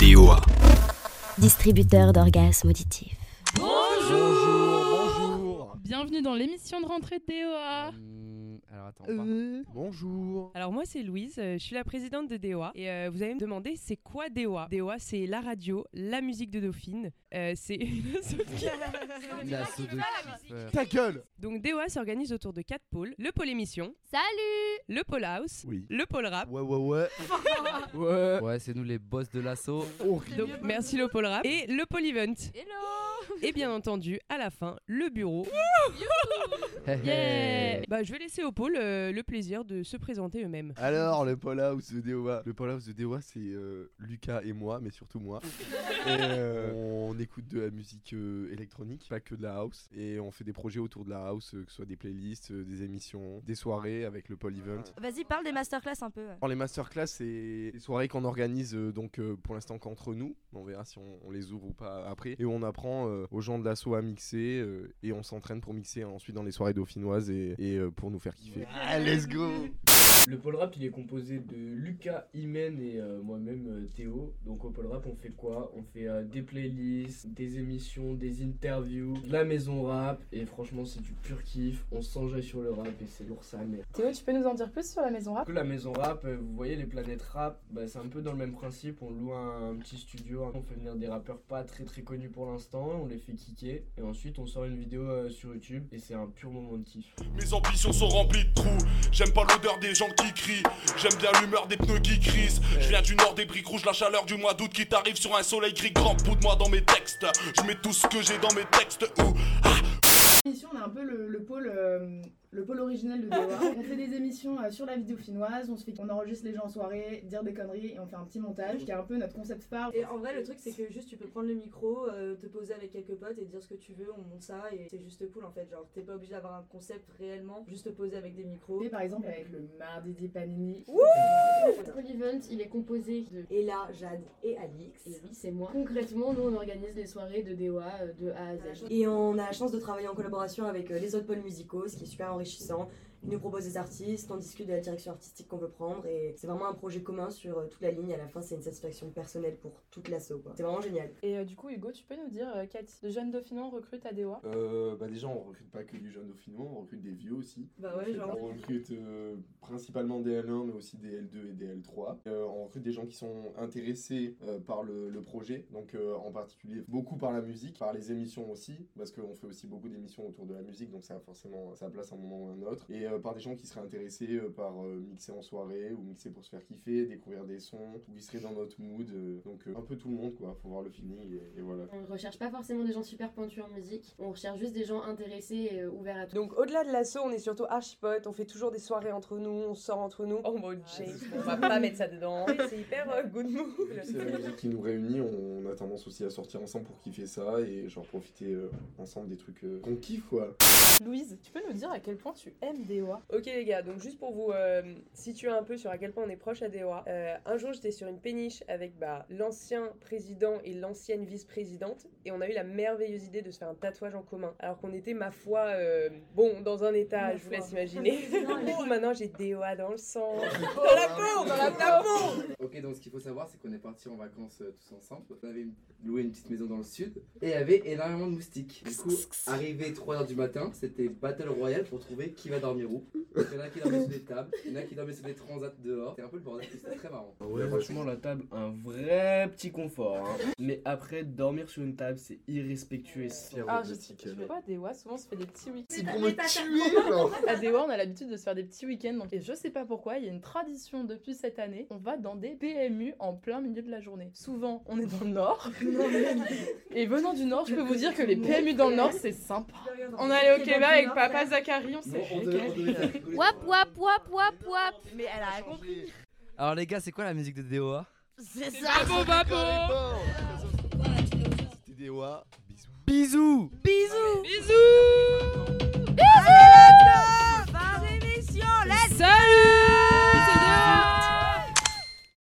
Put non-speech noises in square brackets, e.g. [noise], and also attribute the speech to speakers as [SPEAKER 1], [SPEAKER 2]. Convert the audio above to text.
[SPEAKER 1] Iowa.
[SPEAKER 2] Distributeur d'orgasmes auditifs.
[SPEAKER 3] Bienvenue dans l'émission de rentrée de DOA.
[SPEAKER 4] Hum, Alors attends. on part.
[SPEAKER 5] Euh,
[SPEAKER 4] Bonjour.
[SPEAKER 6] Alors moi c'est Louise, euh, je suis la présidente de DOA et euh, vous allez me demander c'est quoi DOA DOA c'est la radio, la musique de Dauphine, euh, c'est [laughs] une asso qui-
[SPEAKER 4] La soda qui fait-
[SPEAKER 5] Ta gueule
[SPEAKER 6] Donc DOA s'organise autour de quatre pôles, le pôle émission,
[SPEAKER 7] Salut
[SPEAKER 6] le pôle house,
[SPEAKER 5] Oui.
[SPEAKER 6] le pôle rap.
[SPEAKER 5] Ouais, ouais, ouais. ouais.
[SPEAKER 4] Ouais, c'est nous les boss de l'assaut.
[SPEAKER 6] Donc merci le pôle rap et le pôle event
[SPEAKER 7] Hello
[SPEAKER 6] [laughs] et bien entendu à la fin le bureau.
[SPEAKER 3] Yeah.
[SPEAKER 6] Bah je vais laisser au pôle euh, le plaisir de se présenter eux-mêmes.
[SPEAKER 5] Alors, le Paul House de DOA. Le Paul House de DOA, c'est euh, Lucas et moi, mais surtout moi. et euh, on écoute de la musique euh, électronique, pas que de la house. Et on fait des projets autour de la house, euh, que ce soit des playlists, euh, des émissions, des soirées avec le Paul Event.
[SPEAKER 7] Vas-y, parle des masterclass un peu.
[SPEAKER 5] Alors, les masterclass, c'est des soirées qu'on organise euh, donc euh, pour l'instant qu'entre nous. On verra si on, on les ouvre ou pas après. Et où on apprend euh, aux gens de l'assaut à mixer euh, et on s'entraîne pour mixer ensuite dans les soirées dauphinoises et, et, euh, pour nous faire kiffer. Ah, let's go
[SPEAKER 8] Le pôle rap il est composé de Lucas, Imen et euh, moi-même euh, Théo. Donc au pôle rap on fait quoi On fait euh, des playlists, des émissions, des interviews, de la maison rap et franchement c'est du pur kiff. On s'enjaille sur le rap et c'est lourd sa mère.
[SPEAKER 9] Théo, tu peux nous en dire plus sur la maison rap
[SPEAKER 8] Que la maison rap, euh, vous voyez les planètes rap, bah, c'est un peu dans le même principe. On loue un, un petit studio, hein. on fait venir des rappeurs pas très très connus pour l'instant, on les fait kicker et ensuite on sort une vidéo euh, sur YouTube et c'est un pur moment de kiff.
[SPEAKER 10] Mes ambitions sont remplies de trous. J'aime pas l'odeur des gens qui crient. J'aime bien l'humeur des pneus qui crissent. Je viens du nord des briques rouges, la chaleur du mois d'août qui t'arrive sur un soleil gris. Grand bout de moi dans mes textes. Je mets tout ce que j'ai dans mes textes. Ou
[SPEAKER 9] L'émission, on a un peu le, le pôle, euh, le pôle originel de DOA. on fait des émissions euh, sur la vidéo finnoise, on, se fait, on enregistre les gens en soirée, dire des conneries et on fait un petit montage qui est un peu notre concept phare.
[SPEAKER 11] Et en vrai, le truc, c'est que juste tu peux prendre le micro, euh, te poser avec quelques potes et dire ce que tu veux, on monte ça et c'est juste cool en fait. Genre, t'es pas obligé d'avoir un concept réellement, juste te poser avec des micros.
[SPEAKER 9] Et par exemple avec le mardi des panini.
[SPEAKER 7] Event, il est composé de.
[SPEAKER 11] Et là, Jade et Alix.
[SPEAKER 7] Et oui, c'est moi. Concrètement, nous, on organise les soirées de DOA euh, de A à Z.
[SPEAKER 11] Et on a la chance de travailler en collaboration avec euh, les autres pôles musicaux, ce qui est super enrichissant. Ils nous proposent des artistes, on discute de la direction artistique qu'on veut prendre et c'est vraiment un projet commun sur euh, toute la ligne. À la fin, c'est une satisfaction personnelle pour toute l'asso. quoi. C'est vraiment génial.
[SPEAKER 9] Et euh, du coup Hugo, tu peux nous dire, euh, Cathy, de jeunes Dauphinons recrute à DOA
[SPEAKER 5] Euh, bah déjà, on recrute pas que du jeune dauphinois, on recrute des vieux aussi.
[SPEAKER 11] Bah ouais, genre.
[SPEAKER 5] On recrute euh, principalement des L1, mais aussi des L2 et des L3. Euh, on recrute des gens qui sont intéressés euh, par le, le projet, donc euh, en particulier beaucoup par la musique, par les émissions aussi, parce qu'on fait aussi beaucoup d'émissions autour de la musique, donc ça a forcément sa place à un moment ou à un autre. Et euh, par des gens qui seraient intéressés euh, par euh, mixer en soirée, ou mixer pour se faire kiffer, découvrir des sons, ou qui seraient dans notre mood. euh, donc euh, un peu tout le monde, quoi, faut voir le feeling, et, et voilà.
[SPEAKER 7] On recherche pas forcément des gens super pointus en musique, on recherche juste des gens intéressés et euh, ouverts à tout.
[SPEAKER 6] Donc au-delà de l'assaut, on est surtout archi potes, on fait toujours des soirées entre nous, on sort entre nous. Oh mon dieu, on va pas mettre ça dedans. C'est hyper euh, good mood.
[SPEAKER 5] C'est la musique qui nous réunit, on a tendance aussi à sortir ensemble pour kiffer ça et genre profiter euh, ensemble des trucs euh, qu'on kiffe quoi.
[SPEAKER 9] Louise, tu peux nous dire à quel point tu aimes
[SPEAKER 11] [laughs]
[SPEAKER 9] DOA
[SPEAKER 6] Ok les gars, donc juste pour vous euh, situer un peu sur à quel point on est proche à DOA, euh, un jour j'étais sur une péniche avec bah, l'ancien président et l'ancienne vice-présidente et on a eu la merveilleuse idée de se faire un tatouage en commun alors qu'on était ma foi, euh, bon, dans un état,
[SPEAKER 11] Ma
[SPEAKER 6] je vous
[SPEAKER 11] foi.
[SPEAKER 6] laisse [laughs] imaginer. Du coup, maintenant j'ai DOA dans le sang.
[SPEAKER 4] Dans
[SPEAKER 6] Dans la peau, dans la, la peau
[SPEAKER 4] Ok, donc ce qu'il faut savoir, c'est qu'on est parti en vacances euh, tous ensemble. On avait loué une petite maison dans le sud et il y avait énormément de moustiques. Du coup, arrivé 3h du matin, c'était Battle Royale pour trouver qui va dormir où. Il y en a qui dormaient sur des tables, il y en a qui dormaient sur des transats dehors. C'était un peu le bordel, c'était très marrant.
[SPEAKER 8] franchement, la table, un vrai petit confort. hein. Mais après, dormir sur une table, c'est irrespectueux. et sans-
[SPEAKER 5] Ah, je sais pas,
[SPEAKER 9] à DOA, souvent on se fait des petits week-ends.
[SPEAKER 6] Bah,
[SPEAKER 5] C'est pour me tuer genre
[SPEAKER 9] À DOA, on a l'habitude de se faire des petits week-ends. donc- Et je sais pas pourquoi, il y a une tradition depuis cette année. On va dans des PMU en plein milieu de la journée. Souvent, on est dans le Nord. Et venant du Nord, je peux vous dire que les PMU dans le Nord, c'est sympa. On est allé au Québec avec papa Zachary, on s'est
[SPEAKER 4] Non, on devait- on devait faire rigoler.
[SPEAKER 7] Wap, wap, wap, wap, wap
[SPEAKER 6] Mais elle a
[SPEAKER 4] Alors les gars, c'est quoi la musique de DOA
[SPEAKER 7] C'est ça
[SPEAKER 3] Babo, babo
[SPEAKER 5] C'était des oies, bisous.
[SPEAKER 4] Bisous
[SPEAKER 7] Bisous
[SPEAKER 3] Bisous